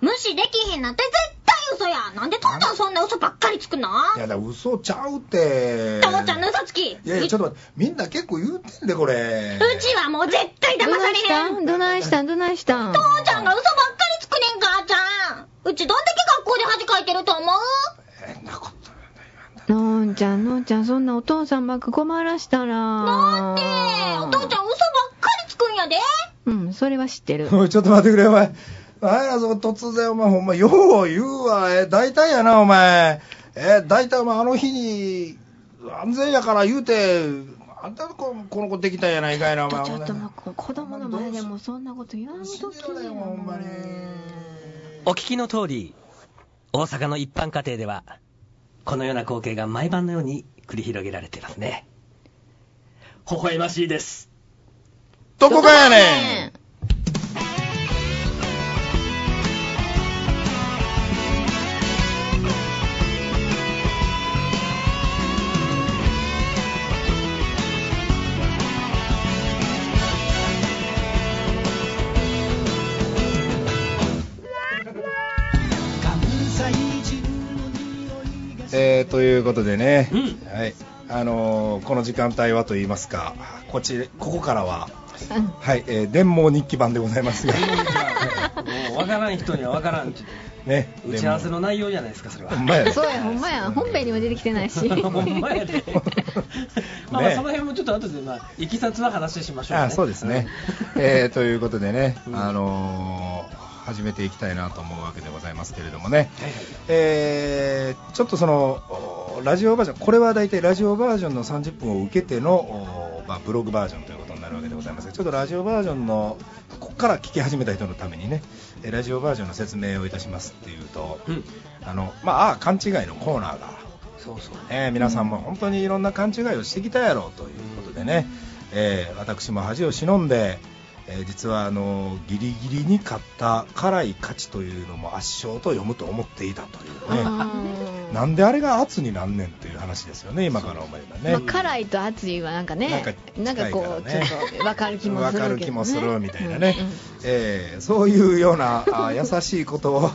無視できへんなんて絶対嘘やなんで父ちゃんそんな嘘ばっかりつくのいやだから嘘ちゃうて父ちゃんの嘘つきいやいやちょっと待ってみんな結構言うてんでこれうちはもう絶対騙どさないれしたへんんどないしたんどないしたん父ちゃんが嘘ばっかりつくねんかあーちゃんうちどんだけ学校で恥かいてると思う変なことのんちゃんのんちゃんそんなお父さんばっか困らしたらだってお父ちゃん嘘ばっかりつくんやでうんそれは 知ってるおいちょっと待ってくれお前あいらそ突然お前ほんまよう言うわえ大体やなお前え大体お前あの日に安全やから言うてあんたの子この子できたんやないかいなお前ちょっともう子供の前でもそんなこと言わん信とじきられんわほんまにお聞きの通り、大阪の一般家庭では、このような光景が毎晩のように繰り広げられていますね。微笑ましいです。どこかやねんえー、ということでね、うんはいあのーこの時間帯はと言いますかこちここからは、うんはいえー電網日記版でございますがもうわからん人にはわからんってね打ち合わせの内容じゃないですか、それは。ほんまやねそうやほんまや本編にも出てきてな いしほんまやで。まあまあ、ねその辺もちょっと後で、まあ、いきさつは話しましょうね。あそうですね、うんえーということでね、うんあのー始めていきたいなと思うわけでございますけれどもね、はいはいえーちょっとそのおラジオバージョンこれは大体ラジオバージョンの30分を受けての、おまあ、ブログバージョンということになるわけでございますがちょっとラジオバージョンのここから聞き始めた人のためにねえーラジオバージョンの説明をいたしますっていうと、うんあのまああー勘違いのコーナーがそうそう。えー皆さんも本当にいろんな勘違いをしてきたやろうということでね、えー私も恥を忍んで、えー実はあのギリギリに勝った辛い勝ちというのも圧勝と読むと思っていたというね。うん なんであれが圧になんねんっていう話ですよね、今から思えばね。まあ、辛いと熱いはなんかねななんんかか近いからねこうちょっと分かる気もするけど、ね、わかる気もするみたいなね、うんうんえーそういうようなあー優しいことを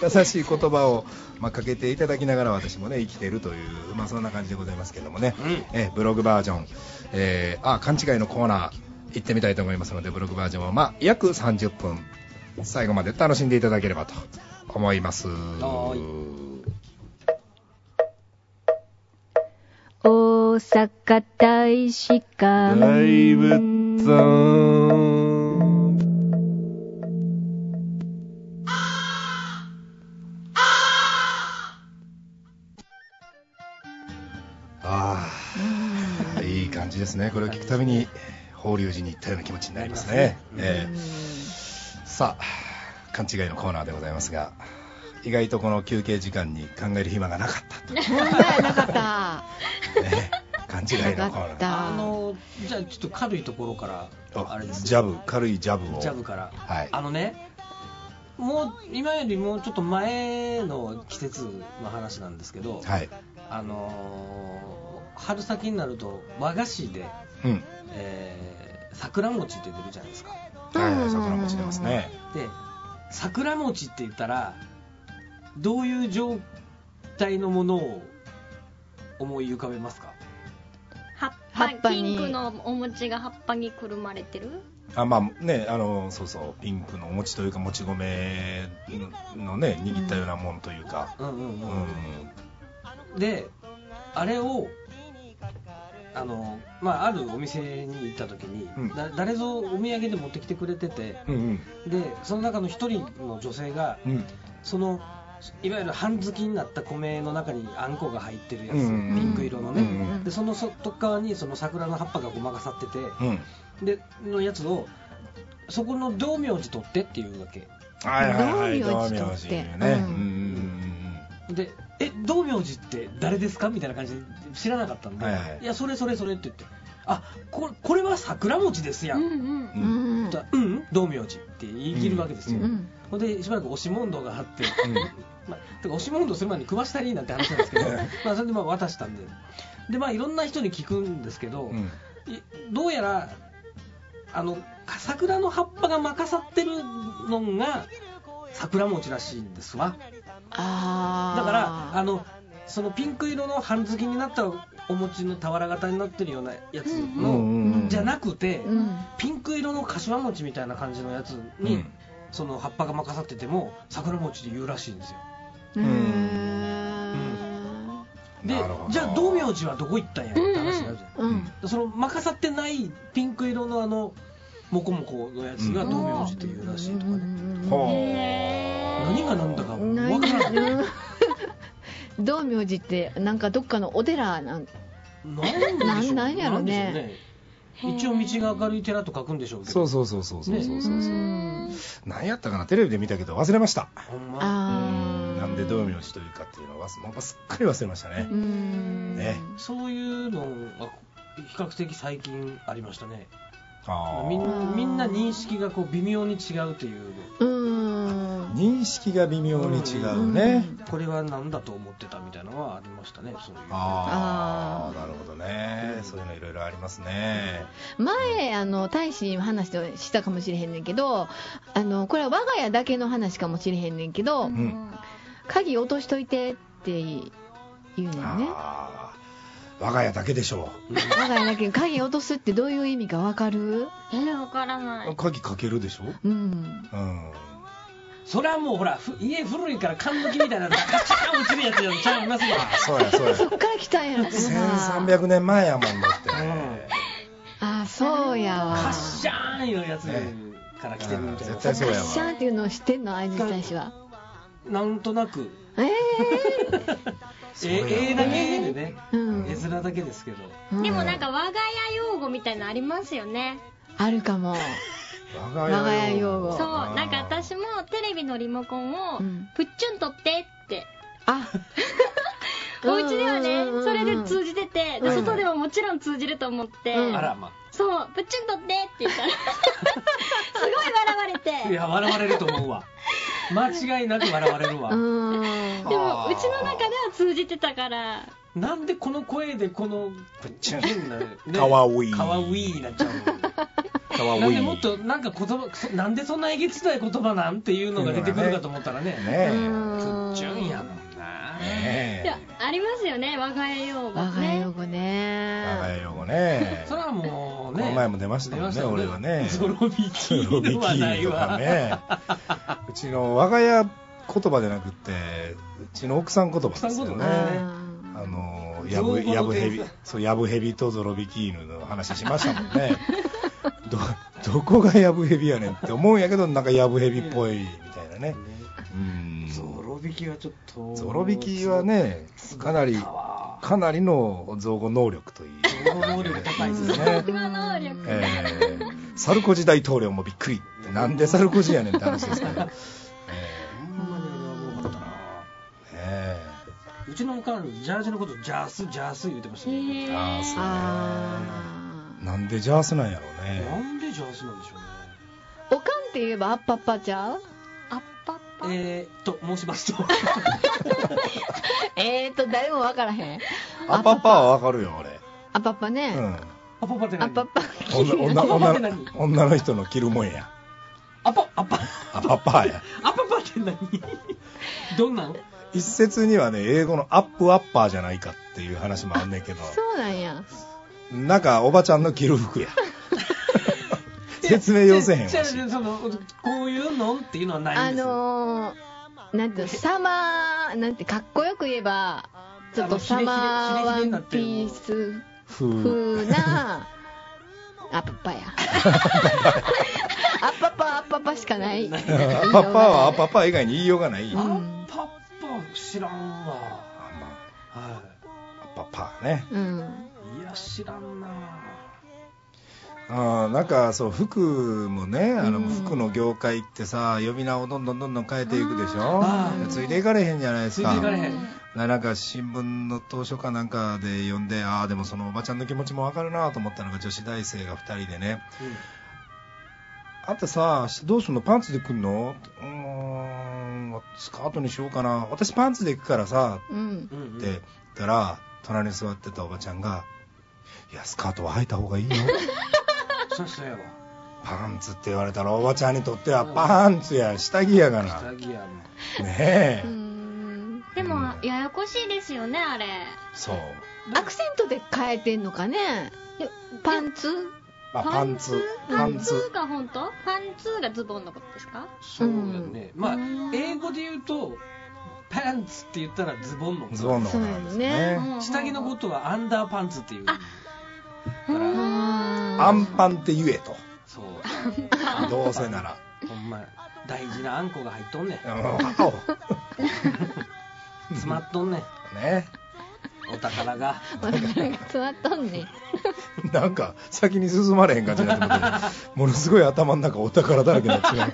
優しい言葉を、まあ、かけていただきながら私もね生きてるという、まあ、そんな感じでございますけどもね、うんえーブログバージョン、えーあー勘違いのコーナー行ってみたいと思いますのでブログバージョンは、まあ、約30分最後まで楽しんでいただければと思います。は大阪大使館大仏さんああ、いい感じですね。これを聞くたびに、法隆寺に行ったような気持ちになりますね。うんええさあ、勘違いのコーナーでございますが、意外とこの休憩時間に考える暇がなかったという、ほんまやなかったね、勘違いのコなか ーっナー。たあの、じゃあ、ちょっと軽いところから、あれですねジャブ、軽いジャブを。ジャブから、はいあのね、もう今よりもうちょっと前の季節の話なんですけど、はい。あのー春先になると和菓子で、うん。えー桜餅って出るじゃないですかはいはい、桜餅出ますね。で桜餅って言ったらどういう状態のものを思い浮かべますか葉っぱにぱピンクのお餅が葉っぱにくるまれてるあまあね、あのそうそうピンクのお餅というかもち米のね握ったようなものというか、うんうんううん、んであれをあの、まあ、あるお店に行った時に、うんだ誰ぞお土産で持ってきてくれててうんうんでその中の一人の女性がうんそのいわゆる半月になった米の中にあんこが入ってるやつ、うんピンク色のね、うんうんでその外側にその桜の葉っぱがごまがさってて、うんでのやつをそこの道明寺取ってっていうわけはいはいはい、道明寺道とって明寺ね。ううんんでえ道明寺って誰ですかみたいな感じで知らなかったんで、はいいはいやそれそれそれって言ってあここれは桜餅ですや、うんんううんんだうん、道明寺って言い切るわけですよ、うんうんほんでしばらく押し問答があって、うん まあ、てか押し問答する前に食わしたりなんて話なんですけど まあそれでまあ渡したんででまあいろんな人に聞くんですけど、うんうんいどうやらあの桜の葉っぱが任さってるのが桜餅らしいんですわあーだからあのそのピンク色の半月になったお餅の俵型になってるようなやうんうつの、んうんうんじゃなくて、うんピンク色の柏餅みたいな感じのやつうに、んその葉っぱが任さってても桜餅で言うらしいんですよへーでなるほどじゃあ道明寺はどこ行ったんやって話になるじゃん、うんその任さってないピンク色のあのモコモコのやつが道明寺っていうらしいとかね、ねほう何が何だか分ないからないうん道明寺ってなんかどっかのお寺なんなんでしょうなんやろねなんでしょうね一応道が明るい寺と書くんでしょうけどそうそうそうそうそうそうそう、うん何やったかなテレビで見たけど忘れましたほんまあーなんで道明寺というかっていうのは忘れすっかり忘れましたねう、んねそういうのが比較的最近ありましたねあーみんなみんな認識がこう微妙に違うといううん認識が微妙に違うね、うんこれは何だと思ってたみたいなのはありましたねそういうあああーなるほどね、そういうのいろいろありますね、前あの大使にも話をしたかもしれへんねんけどあのこれは我が家だけの話かもしれへんねんけうど、ん鍵落としといてって言うねんねああ我が家だけでしょ我が家だけど鍵落とすってどういう意味かわかるえー、わからなうい。鍵かけるでしょうんうんそれはもうほらふ家古いから缶抜きみたいなのがカチャン落ちるやつよりちゃいますよあそうやそうやそっから来たんやろな1300年前やもんだって、あそうやわカッシャーンいうやつから来てるみたいな、絶対そうやわカッシャーンっていうのを知ってんの愛知大使はなんとなくええそうやわえ絵だけでね、うん絵面だけですけどうんでもなんか我が家用語みたいなのありますよね。あるかも我我が家用語そう、あーなんか私もテレビのリモコンをうん、プッチュン取ってって。あお家ではうんうんうんうね、んそれで通じてて、で外でももちろん通じると思って、うんあらまそう、プッチュン取ってって言ったら、すごい笑われあてい。や笑われると思うわ間違いなく笑われるわ、うんでもあーうちの中では通じてたからなんでこの声でこのプッチチュュンンな、ね、かわういかわういになっちゃうかわなんいでもっとなんか言葉そなんでそんなえげつない言葉なんていうのが出てくるかと思ったらねねうんプッチュンやもんなえねいやありますよね我が家用語我が家ね用語えね我が家用語ねそれはもうねこの前も出ましたもんねよ俺はねゾロゾビキロビキの話題とかは ねうちの我が家言葉じゃなくてうちの奥さん言葉ですよ奥さん言ね葉ねあのや造語ぶのやぶヘビ天そうやぶヘビとゾロビキ犬の話しましたもん ねどどこがやぶヘビやねんって思うんやけどなんかやぶヘビっぽいみたいなねうんゾロビキはちょっとゾロビキはねかなりゾロかなりの造語能力といい能力高いですねね語能力え ーサルコジ大統領もびっくりってなんでサルコジやねんって話 ですけど、えーねほんまにあれはもうかったなえうちのおかんジャージのことジャースジャース言ってましたねへあーそうあーなんでジャースなんやろうなねんでジャースなんでしょおかんって言えばあっぱっぱちゃうあっぱっうぱねえー、と申しますとえーと誰もわからへんアパパはわかるよ俺あっぱっぱね、うんアパパってあっ何ぱっぱ女 女アパパって女何女の人の着るもんやアパアパアパパやアパパって何どんなん一説にはね英語のアップアッパーじゃないかっていう話もあんねんけどそうなんやなんかおばちゃんの着る服や 説明要せへんわじゃあしじゃあそのこういうのんっていうのはなあいんですのー、なんていうのサマーなんてかっこよく言えばちょっとサマーワンピースふ風なあっぱっ ぱやあっぱっぱあっぱっぱしかないアパパはアパパ以外に言いようがない、うアあんッパッパ知らんわまはあアパパねうんいいや知らんなあーなんかそう服もねあのうん服の業界ってさ呼び名をどんどんどんどん変えていくでしょあーついていかれへんじゃないでつすいていかかれへんななんか新聞の当初かなんかで読んでああでもそのおばちゃんの気持ちもわかるなと思ったのが女子大生が2人でねあんたさどうすんのパンツで来んのうーんスカートにしようかな私パンツで行くからさうんうんって言ったら隣に座ってたおばちゃんが「いやスカートは履いた方がいいよそうそうやわパンツって言われたらおばちゃんにとってはパンツや下着やがな下着やもんねえ、うんでも、ややこしいですよね、あれ。そう、アクセントで変えてんのかねパンツまあ、パンツパパンンツツが本当パンツがズボンのことですかそうだね、まあうん英語で言うとパンツって言ったらズボンのこズとボンのことなんですねそうやね下着のこことはアンダーパンツっていうあからアアンパンって言えとそうどうせならほんま大事なあんこが入っとんねんうんお詰まっとんねんねお宝がなんか座っとんねなんか先に進まれへん感じになってもうてものすごい頭の中お宝だらけになってしまう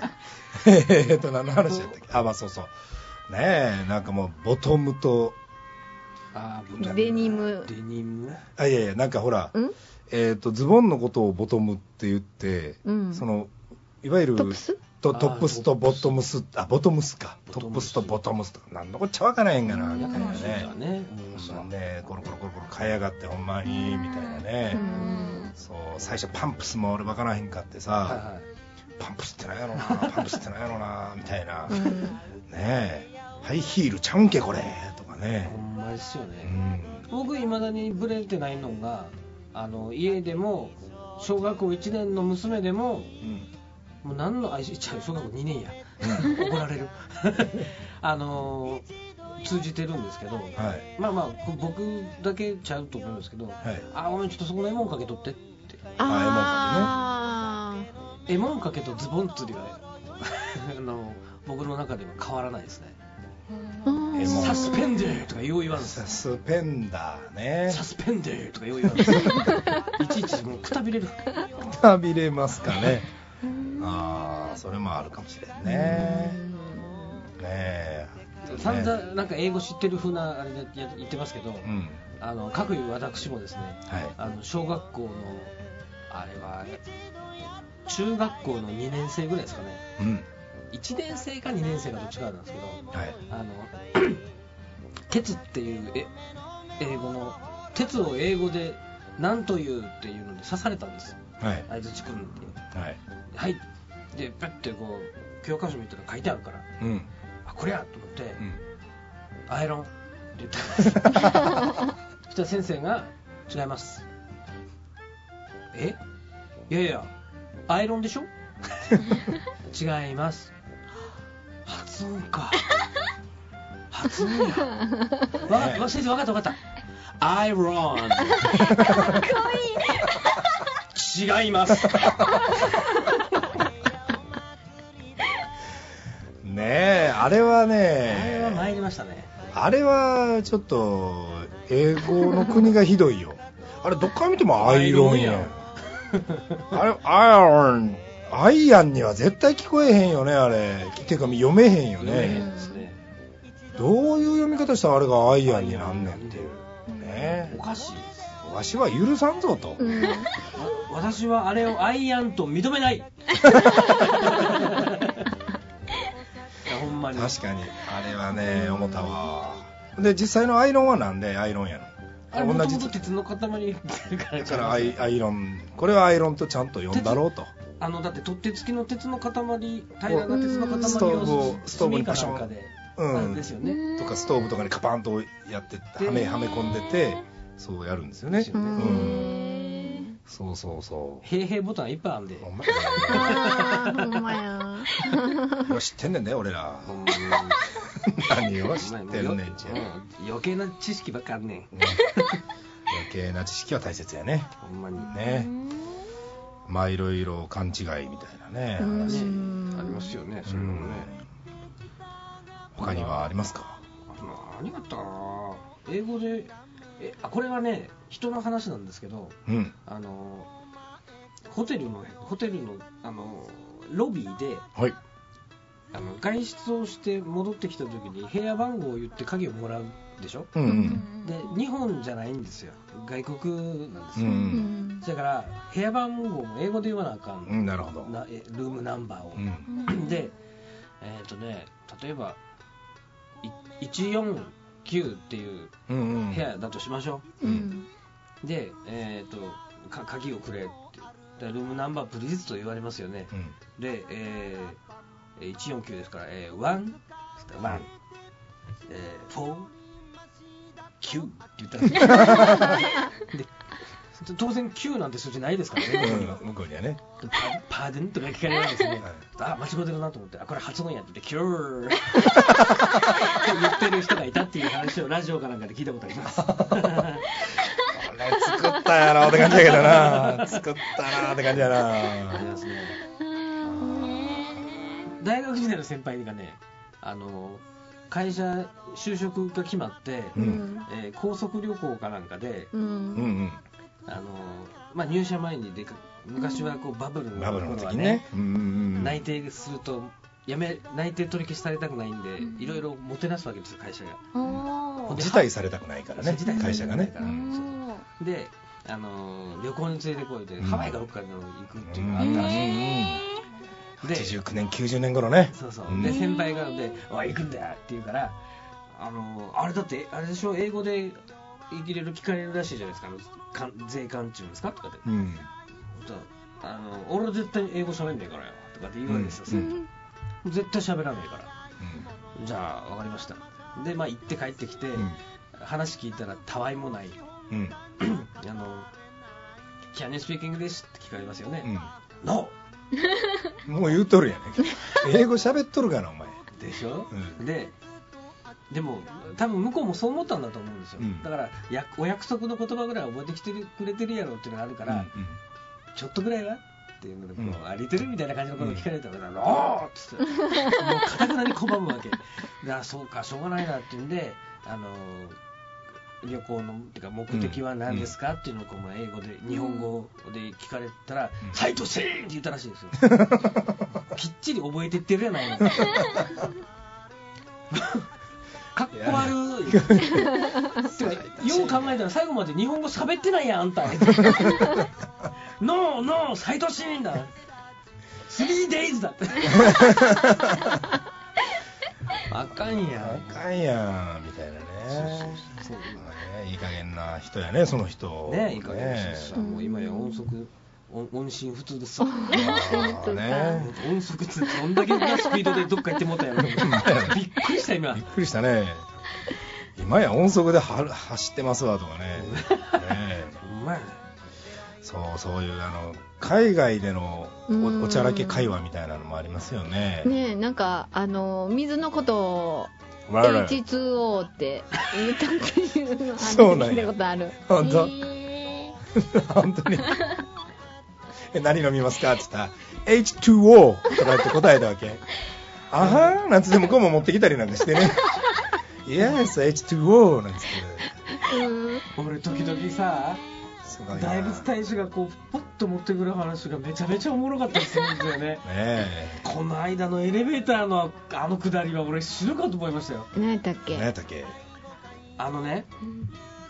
えーっと何の話やったっけあまあそうそうねえなんかもうボトムとあー豚デニムデニムあいやいやなんかほらんえーっとズボンのことをボトムって言って、うんそのいわゆるトップスとあートップスとボトムスあボトムスかボトトッムプススとボトムスとか何のこっちゃわからへんがなみやたいかなましいねだねそんでコロコロコロコロ買い上がってほんまにみたいなね、うんそう最初パンプスも俺わからへんかってさ、はいはいパンプスってなんやろなパンプスってなんやろなみたいな、うねんえハイヒールちゃうんけこれとかねほ、んまですようね、ん、僕いまだにブレてないのがあの家でも小学校1年の娘でももう何のあいちゃう小学校2年や怒られる あの通じてるんですけど、はいまあまあこ僕だけちゃうと思うんですけど、はいあごめんちょっとそこのエモンかけとってってああエモンかけとズボン釣りは あの僕の中では変わらないですねうんエモンサスペンデーとかよう言わんですサスペンダーねサスペンデーとかよう言わんです いちいちもうくたびれるくたびれますかねああそれもあるかもしれんねねえ散々なんか英語知ってる風なあれでや言ってますけど、うんあの各いう私もですねはいあの小学校のあれは中学校の2年生ぐらいですかねうん1年生か2年生かどっちかなんですけどはいあの 鉄っていうえ英語の鉄を英語で何というっていうので刺されたんですよはい相槌くんってはいはいでペッてこう教科書見たら書いてあるからうんうんあこれやと思って、アイロン って言ったんですそしたら先生が「違います」えいやいやアイロンでしょ違います発音か発音やわかった先生わかったわかったアイロンかっこいい違いますねえあれはあねれは参りましたねあれはちょっと英語の国がひどい よ。あれどっから見てもアイロンやん。あれアイロン。アイアンには絶対聞こえへんよねあれ。てか読めへんよね。ですねどういう読み方したらあれがアイアンになんねんっていう。ねおかしいですわしは許さんぞと。わ私はあれをアイアンと認めないいやほんまに確かにあれはね思ったわ。で実際のアイロンはなんでアイロンやあれの。同もとじもと鉄の塊からだからアイアイロンこれはアイロンとちゃんと読んだろうと。あのだって取っ手付きの鉄の塊平らな鉄の塊をストーブをストーブに炭バシかョなンんかで、うんあれですよねとかストーブとかにカパンとやってはめはめ込んでてそうやるんですよね、ううんん、そうそうそ平平ボタンいっぱいあるんでうほんまあーほんまやよう知ってんねんね俺らほんまに何を知ってんねんじゃほんまにもうようん余計な知識ばっかあんねんうん余計な知識は大切やねほんまにねねまあいろいろ勘違いみたいなね話ありますよねそれうもんね、他にはありますか何があったかな英語でえあこれはね人の話なんですけどうんあのホテルのホテルのあのロビーではいあの外出をして戻ってきた時に部屋番号を言って鍵をもらうでしょうんうんで日本じゃないんですよ外国なんですうんうよ、んだから部屋番号も英語で言わなあか、うんんなるほどなえルームナンバーを、うんで、えっ、とね、例えば、い149っていううんうん部屋だとしましょうんう。で、えっ、と、か鍵をくれってでルームナンバープリーズと言われますよね、うんで、えー、149ですから、えー、1、1、えー、4、9って言ったんです よで当然9なんて数字ないですからね、うん、向こうには ね、パパーデンとか聞かれないですね、あ間違ってるなと思って、あこれ発音やってて、キュ ーって言ってる人がいたっていう話をラジオかなんかで聞いたことあ ります。これ作ったやろって感じやけどな、作ったなって感じやありな、ますねね大学時代の先輩がねあの会社就職が決まって、うん、えー高速旅行かなんかでううん、うんん、あの、まあ、入社前にでか昔はこうバブルバブルのの頃は時ねね、うんうんうん、内定するとやめ内定取り消しされたくないんで、うんいろいろもてなすわけですよ会社がおー辞退されたくないからね辞退、されたくない会社がねか。うらんおーであの旅行に連れてこいで、うんハワイかどっかに行くっていうのがあったらしい、へで89年、90年頃ね、そうそううんで先輩がで「おい行くんだ」って言うからあのあれだってあれでしょ英語でイギリス聞かれるらしいじゃないですかあのかん税関っていうんですかとかでうん、そうあの俺は絶対英語喋んねえからよとかって言うわけですよ、うん絶対喋らねえからじゃあ分かりましたでまあ行って帰ってきて、うん話聞いたらたわいもない うん、うん、あの「キャニスピーキングです」って聞かれますよねうん「NO!」もう言うとるやね英語喋っとるがな、お前。でしょ、うんででも多分向こうもそう思ったんだと思うんですよ、うんだからやお約束の言葉ぐらいは覚えてきてくれてるやろっていうのがあるか、からうんちょっとぐらいはっていうのでこう、うんあ似てるみたいな感じのことを聞かれたら「おーっ つってもうかたくなに拒むわけだからそうかしょうがないなっていうんであの旅行のっていうか目的は何ですか、っていうのをこうまあ英語で日本語で聞かれたら「斎藤セーン!」って言ったらしいんですよきっちり覚えてってるやない のかっこ悪いてかよう考えたら最後まで日本語喋ってないやんあんた ノーノーサイトシーンだ 3days だって あかんやあんかんやんみたいなねそうねいい加減な人やねその人ねいい加減にしねてさもう今や音速音 音信不通ですよまあね音速ってどんだけなスピードでどっか行ってもうたんやろびっくりした今びっくりしたね今や音速では走ってますわとかねねうまいねそうそういうあの海外でのうんおおちゃらけ会話みたいなのもありますよねねえなんかあの水のことをわらわ H2O って言ったっていうのあそうなんや聞いたことある本当ー 本当にえ何飲みますかって言ったら H2O とかって答えたわけあはーなんつって向こうも持ってきたりなんかしてね Yes H2O なんつってうん俺時々さすごいな大仏大使がこうポッと持ってくる話がめちゃめちゃおもろかったりするんですよね ねこの間のエレベーターのあの下りは俺死ぬかと思いましたよ何やったっえけ何やったっけあのね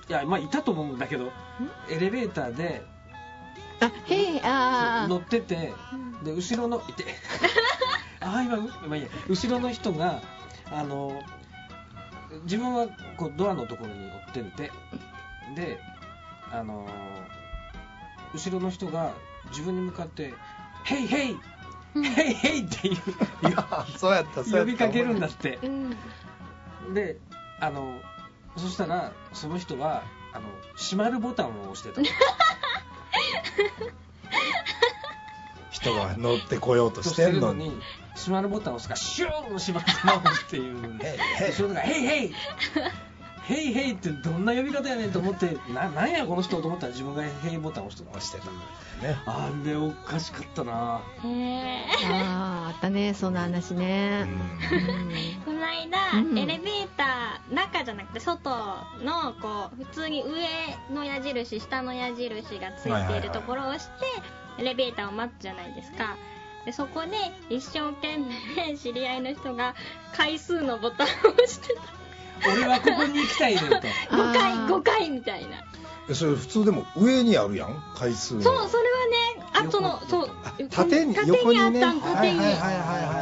いやまあいたと思うんだけどエレベーターであへいあ乗っててで後ろのいてあ今うまあいいや後ろの人があの自分はこうドアのところに追っててであの後ろの人が自分に向かって「ヘイヘイヘイヘイ!」っていうそうやった呼びかけるんだってーうんであのそしたらその人はあの閉まるボタンを押してた人が乗ってこようとしてんのに閉まるボタンを押すからシューン閉まってまうっていう Hey, hey. でその人が「ヘイヘイ!」ヘイヘイってどんな呼び方やねんと思ってななんやこの人と思ったら自分がヘイボタンを押してた押してたねあれおかしかったなへ ーあーあったねそんな話ねうんこの間、うんエレベーター中じゃなくて外のこう普通に上の矢印下の矢印がつはいいはていはいいるところを押して、エレベーターを待つじゃないですかでそこで一生懸命知り合いの人が回数のボタンを押して俺はここに行きたいねんとた5回あー5回みたいなえそれ普通でも上にあるやん回数のそうそれはねあその横そうあ縦に縦横にあっねたん縦に、はいはいはいはい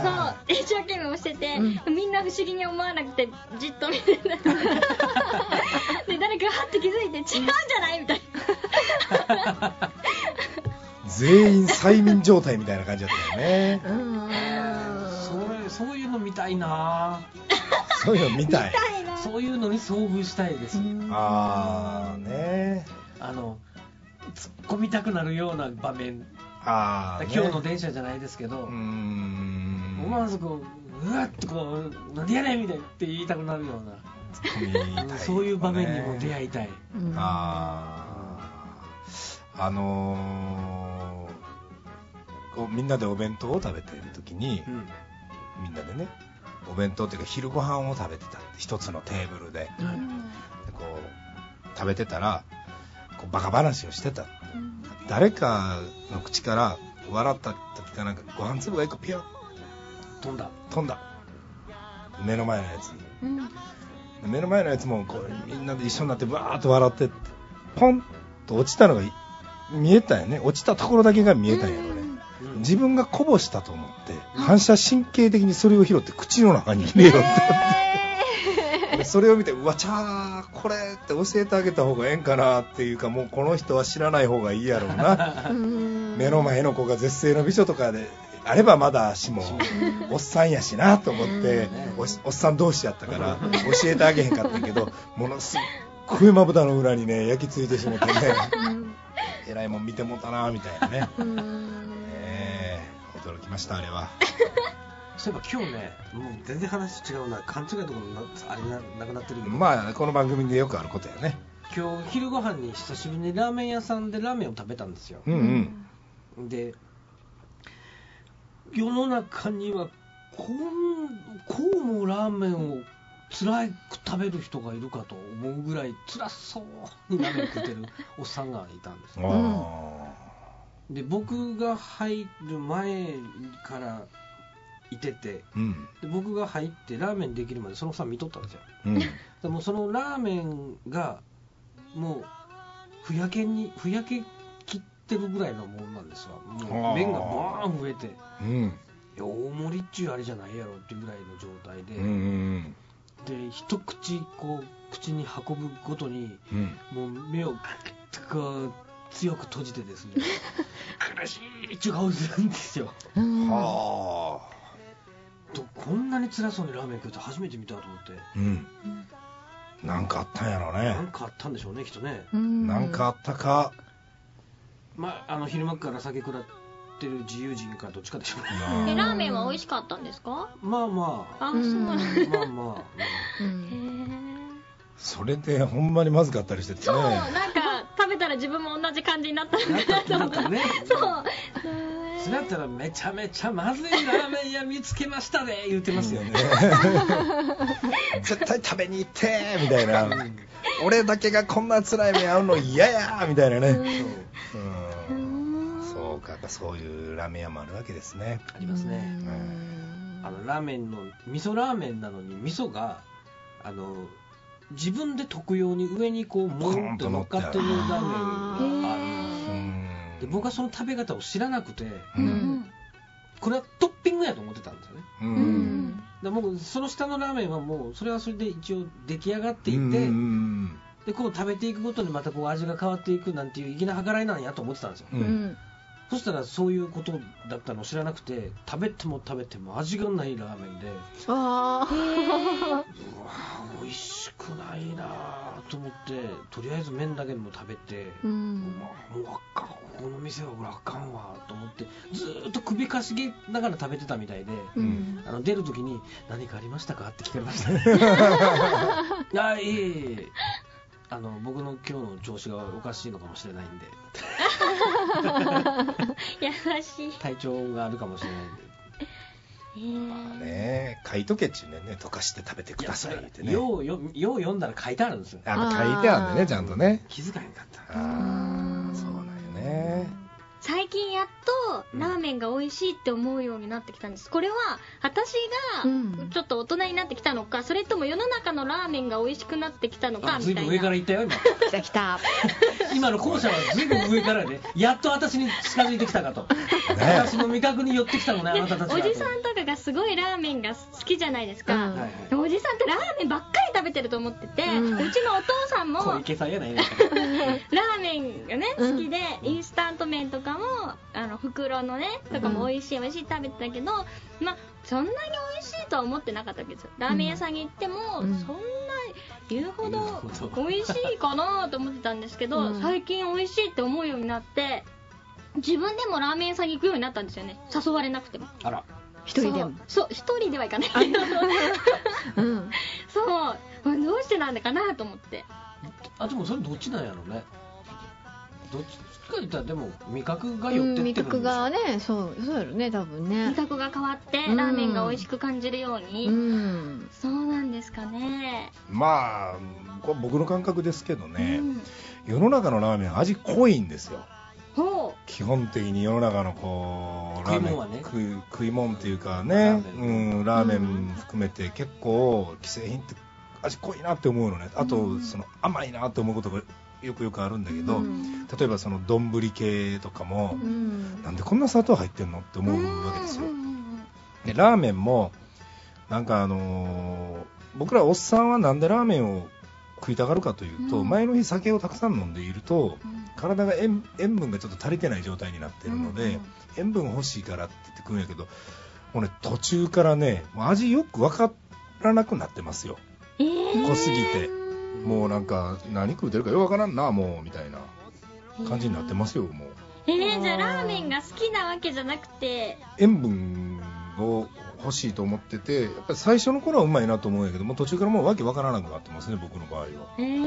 はそう一生懸命押してて、うみんな不思議に思わなくてじっと見てたで誰かハッて気づいて違うんじゃないみたいな全員催眠状態みたいな感じだったよねうーんそれそういうの見たいなそういうの見たい痛いなそういうのに遭遇したいです、ああねあの突っ込みたくなるような場面ああ、ね、今日の電車じゃないですけど、うーん思わずこううわっとこう何やねんみたいなって言いたくなるようなそういう場面にも出い会いたい。うんあああのーこうみんなでお弁当を食べている時に、うんみんなでねお弁当っていうか昼ご飯を食べてたって一つのテーブルででこう食べてたらこうバカ話をしてた誰かの口から笑った時かなんかご飯粒が一個ピョン飛んだ。飛んだ目の前のやつにうん目の前のやつもこうみんなで一緒になってバーッと笑ってポンと落ちたのがい見えたんやね落ちたところだけが見えたんやこれうん自分がこぼしたと思って反射神経的にそれを拾って口の中に入れようって、それを見てうわちゃーこれって教えてあげた方がええんかなっていうかもうこの人は知らない方がいいやろうなうん目の前の子が絶世の美女とかであればまだしもおっさんやしなと思っておしおっさん同士やったから教えてあげへんかったけどものすっごいまぶたの裏にね焼き付いてしもてねえらいもん見てもたなみたいなねう、んええ驚きましたあれはそういえば今日ね、もう全然話違うな勘違いとかもなあれななくなってるけどまあこの番組でよくあることやね今日昼ご飯に久しぶりにラーメン屋さんでラーメンを食べたんですよ。うんうんで、世の中にはこん、こうもラーメンを辛く食べる人がいるかと思うぐらい辛そうにラーメン食ってるおっさんがいたんです。あで、僕が入る前からいてて、ーうんで僕が入ってラーメンできるまでそのおっさん見とったんですようんでもうそのラーメンがもうふやけにふやけ切ってるぐらいのもんなんですわもあうー麺がバーン増えていうんや大盛りっちゅうあれじゃないやろっていうぐらいの状態で、うんうんで一口こう口に運ぶごとにうんもう目をグッとこう強く閉じてです ね苦しいっちゅう顔するんですようんはとこんなに辛そうにラーメン食うって初めて見たと思ってあうんなんかあったんやろねなんかあったんでしょうねきっとねうんなんかあったかまあ、あの昼間から酒食らってる自由人かどっちかでしょうね。えラーメンは美味しかったんですかまあまあ、 あそうなんだへまあまうんそれでほんまにまずかったりしててそうねなんか食べたら自分も同じ感じになったんあ、なったってだななっと思たってね。そうそれだったらめちゃめちゃまずいラーメン屋見つけましたね言ってますよね。絶対食べに行ってみたいな俺だけがこんな辛い目合うの嫌やみたいなねうんそうかそういうラーメン屋もあるわけですねありますね。あのラーメンの味噌ラーメンなのに味噌があの自分で特用に上にこうもんと乗っかってるラーメンがあうる。んで僕はその食べ方を知らなくて、うんこれはトッピングやと思ってたんですよね。ううんんでもうその下のラーメンはもうそれはそれで一応出来上がっていて、うんでこう食べていくごとにまたこう味が変わっていくなんていう粋な計らいなんやと思ってたんですよ、ううんんそしたらそういうことだったのを知らなくて食べても食べても味がないラーメンであーうわー美味しくないなーと思ってとりあえず麺だけでも食べて、ううんわもうあかんこの店は俺あかんわと思ってずーっと首かしげながら食べてたみたいで、うんあの出るときに何かありましたかって聞かれましたあいえいえいえあの僕の今日の調子がおかしいのかもしれないんで優しい体調があるかもしれないんでまあね書いとけっちゅうねんね溶かして食べてくださいってねようよよう読んだら書いてあるんですよあの書いてあるんでねちゃんとね気づかへんかったああそうなんよね最近やっとラーメンが美味しいって思うようになってきたんですこれは私うんがちょっと大人にになってきたのかそれとも世の中のラーメンが美味しくなってきたのかあみ随た分い上からな行ったよ今来た来た。今の後者は随分上からねやっと私に近づいてきたかと、え私の味覚に寄ってきたのねあでなたたちがおじさんとかがすごいラーメンが好きじゃないですか、うんはいはいでおじさんってラーメンばっかり食べてると思ってて、ううんちのお父さんも小ラ池さんやないーメンがねうん好きで、インスタント麺とかもあの袋のねとかも美味しい美味しい食べてたけど、まあそんなに美味しいとは思ってなかったわけですよラーメン屋さんに行っても、うんそんな言うほ言うどほど美味しいかなと思ってたんですけど、うん最近美味しいって思うようになって自分でもラーメン屋さんに行くようになったんですよね誘われなくてもあら 一人でも。そうそう一人では行かないけどうん。 そうどうしてなんだかなと思ってあでもそれどっちなんやろねどっちか言ったらでも味覚が寄うってってん味るんでしょ覚がね、そう、そうやろね、多分味ね。覚が変わってうんラーメンが美味しく感じるように、うん。そうなんですかねまあこれ僕の感覚ですけどね、うん、世の中のラーメン味濃いんですよほ基本的に世の中のこう食ラーいメン物はね食い食い物っていうかねラーうメんラーメン含めて結構既製品って味濃いなって思うのねあとその甘いなって思うことがよくよくあるんだけど、うん例えばその丼系とかも、うんなんでこんな砂糖入ってんのってう思うわけですようんうんうんでラーメンもなんかあのー僕らおっさんはなんでラーメンを食いたがるかというと、うん前の日酒をたくさん飲んでいるとうん体が塩塩分がちょっと足りてない状態になっているので、うんうん塩分欲しいからって言ってくるんやけどもうね途中からねもう味よく分からなくなってますよえー濃すぎてもうなんか何食うてるかよく分からんなもうみたいな感じになってますよもうえー、じゃあラーメンが好きなわけじゃなくて塩分を欲しいと思っててやっぱり最初の頃はうまいなと思うんやけどもう途中からもうわけわからなくなってますね僕の場合はえーへ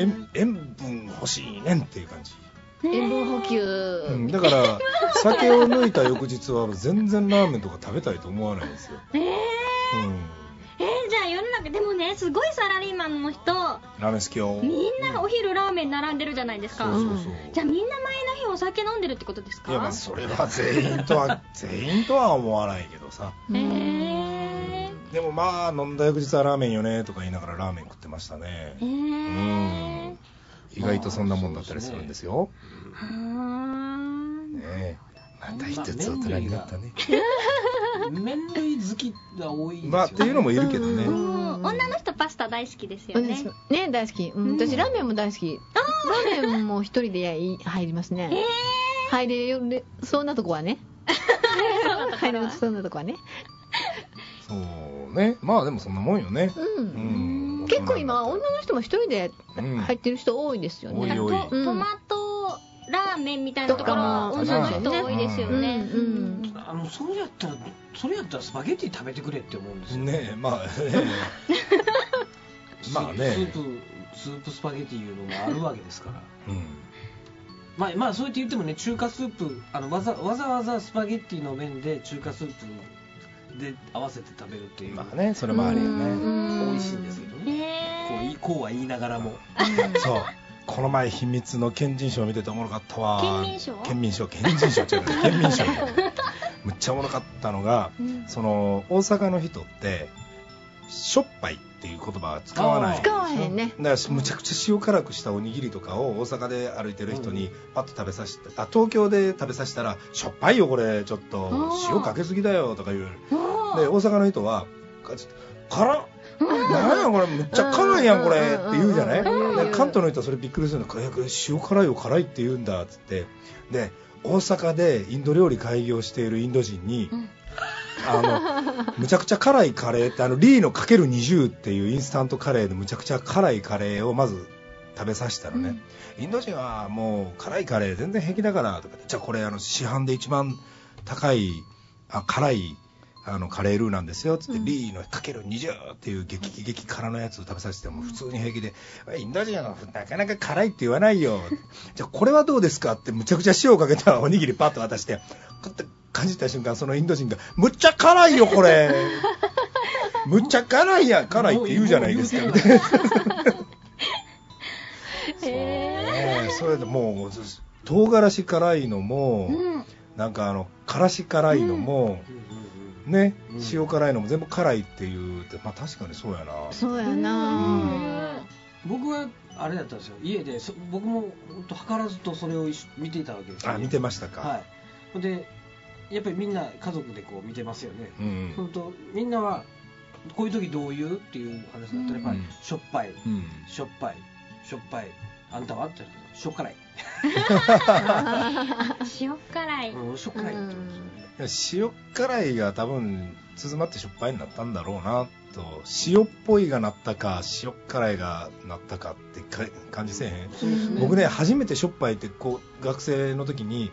ー塩塩分欲しいねんっていう感じ、塩分補給。うん、だから酒を抜いた翌日は全然ラーメンとか食べたいと思わないんですよ、えー、うん、えー、じゃあ世の中でもねすごいサラリーマンの人ラーメン好きよみんながお昼ラーメン並んでるじゃないですか、そうそうそう、じゃあみんな前の日お酒飲んでるってことですかいやまあそれは全員とは 全員とは思わないけどさえうんー、でもまあ飲んだ翌日はラーメンよねとか言いながらラーメン食ってましたねえー、は意外とそんなもんだったりするんですよ。ーねえ、また一つ大人になったね。麺類好きが多い んですよ、ね、まあっていうのもいるけどね。ううんうん女の人パスタ大好きですよね私ね大好き、うんうん私ラーメンも大好きラーメンも一人で入りますね、入れよれそうなとこはね入れそうなとこはね、そうね。まあでもそんなもんよね。ううんん。結構今大人女の人も一人でになった入ってる人多いですよ多いね、よとうんトマトラーメンみたいなところはとか女の人多いですよねうんうんあのそれやったらそれやったらスパゲッティ食べてくれって思うんですうよん。ねえ、まあ、ねえまあスーね。プスープスパゲッティいうのもあるわけですからうん。まあまあそうやって言ってもね中華スープあのわざわざわざスパゲッティの麺で中華スープで合わせて食べるっていう、まあね、それもあるようね。美ん味しいんですけどね、こういえー、こうは言いながらもそう。この前秘密の県人賞見てておもろかったわ。県民賞県民賞、県人賞違う ね。県民賞。むっちゃおもろかったのが、うんその大阪の人ってしょっぱいっていう言葉は使わないあー使わへんねだからしむちゃくちゃ塩辛くしたおにぎりとかを大阪で歩いてる人にパッと食べさせて、あ東京で食べさせたらしょっぱいよこれちょっとあー塩かけすぎだよとか言うおでー大阪の人はかちょっと辛っなんやこれむっちゃ辛いやんこれって言うじゃないうんうんうんうんで関東の人はそれびっくりするのこれこれ塩辛いよ辛いって言うんだっつってで大阪でインド料理開業しているインド人に、うんあのむちゃくちゃ辛いカレーってあのリーのかける20っていうインスタントカレーでむちゃくちゃ辛いカレーをまず食べさせたらね、インド人はもう辛いカレー全然平気だからとかじゃあこれあの市販で一番高いあ辛いあのカレールーなんですよつって、リーのかける20っていう激激辛のやつを食べさせても普通に平気でインド人はなかなか辛いって言わないよ じゃあこれはどうですかってむちゃくちゃ塩をかけたおにぎりパッと渡してクッて感じた瞬間そのインド人がむっちゃ辛いよこれむっちゃ辛いやん辛いって言うじゃないですかもうみもう た言いな。えねえそれでもうず唐辛子辛いのも、ーうんなんかあのからし辛いのも、うんうんうん ね、うん塩辛いのも全部辛いっていうて、まあ、確かにそうやなそうやうな。ん僕はあれだったんですよ家でそ僕も本当計らずとそれを一緒見ていたわけですよあ見てましたか、はいほんでやっぱりみんな家族でこう見てますよね、うん本当みんなはこういう時どう言うっていう話だったらやっぱりうんしょっぱいうんしょっぱいしょっぱいあんたはって言われたしょっからい、塩辛い。うん、しょっからいって言うんですいよねや塩辛いが多分鈴まってしょっぱいになったんだろうなと塩っぽいがなったか塩辛いがなったかってか感じせえへんそうですね僕ね初めてしょっぱいってこう学生の時に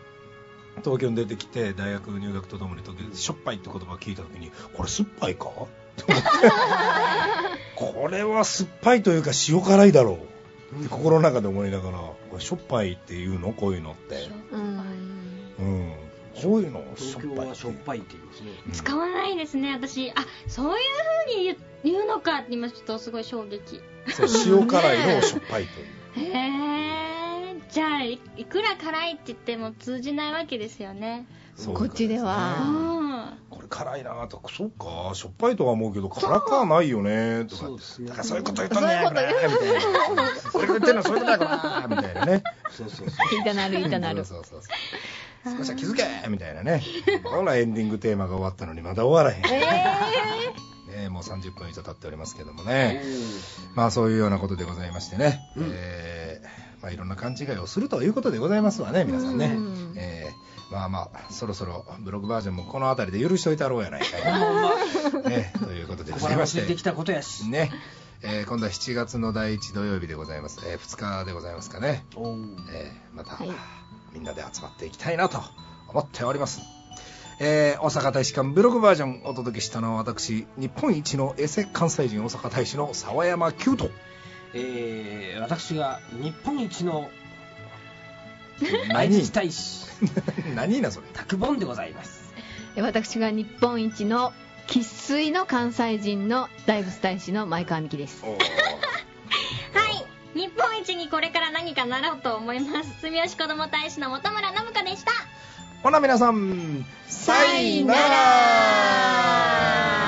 東京に出てきて大学入学とともに東京でしょっぱいって言葉を聞いた時にこれ酸っぱいか と思ってこれは酸っぱいというか塩辛いだろうって心の中で思いながらこれしょっぱいっていうのこういうのってうん。うんこういうのしょっ東京ぱいはしょっぱいって言いますねうん使わないですね、私。あ、そういう風に言う言うのかって今ちょっとすごい衝撃。そう塩辛いのをしょっぱいというへえ。じゃあ、いいくら辛いって言っても通じないわけですよね。そういうこっちでうは。ん。これ辛いなとかそうかしょっぱいとは思うけど辛くはないよねとかそうですねだからそういうこと言ったんだよみたいな そういうこと言ってんのはそういうことだからみたいなねそうそうそういたなるいたなる。そうそうそう少しは気づけみたいなねほらエンディングテーマが終わったのにまだ終わらへん、ね、もう30分以上経っておりますけどもねまあそういうようなことでございましてね、うんえーまあ、いろんな勘違いをするということでございますわね皆さんね、うんえーまあまあそろそろブログバージョンもこの辺りで許しといたろうやないかいな、 ね、ということでご小ざい腹まがし空いててきたことやしね、えー今度は7月の第1土曜日でございます、え2日でございますかね、おうえーまた、はいみんなで集まっていきたいなと思っております、えー大阪大使館ブログバージョンお届けしたのは私日本一のエセ関西人大阪大使の沢山九とえー私が日本一の愛何知大使 何なそれタクボンでございますえ私が日本一の生粋の関西人の大仏大使の前川美樹です。はい。日本一にこれから何かなろうと思います。住吉子ども大使の本村信香でした。ほな皆さんさいなら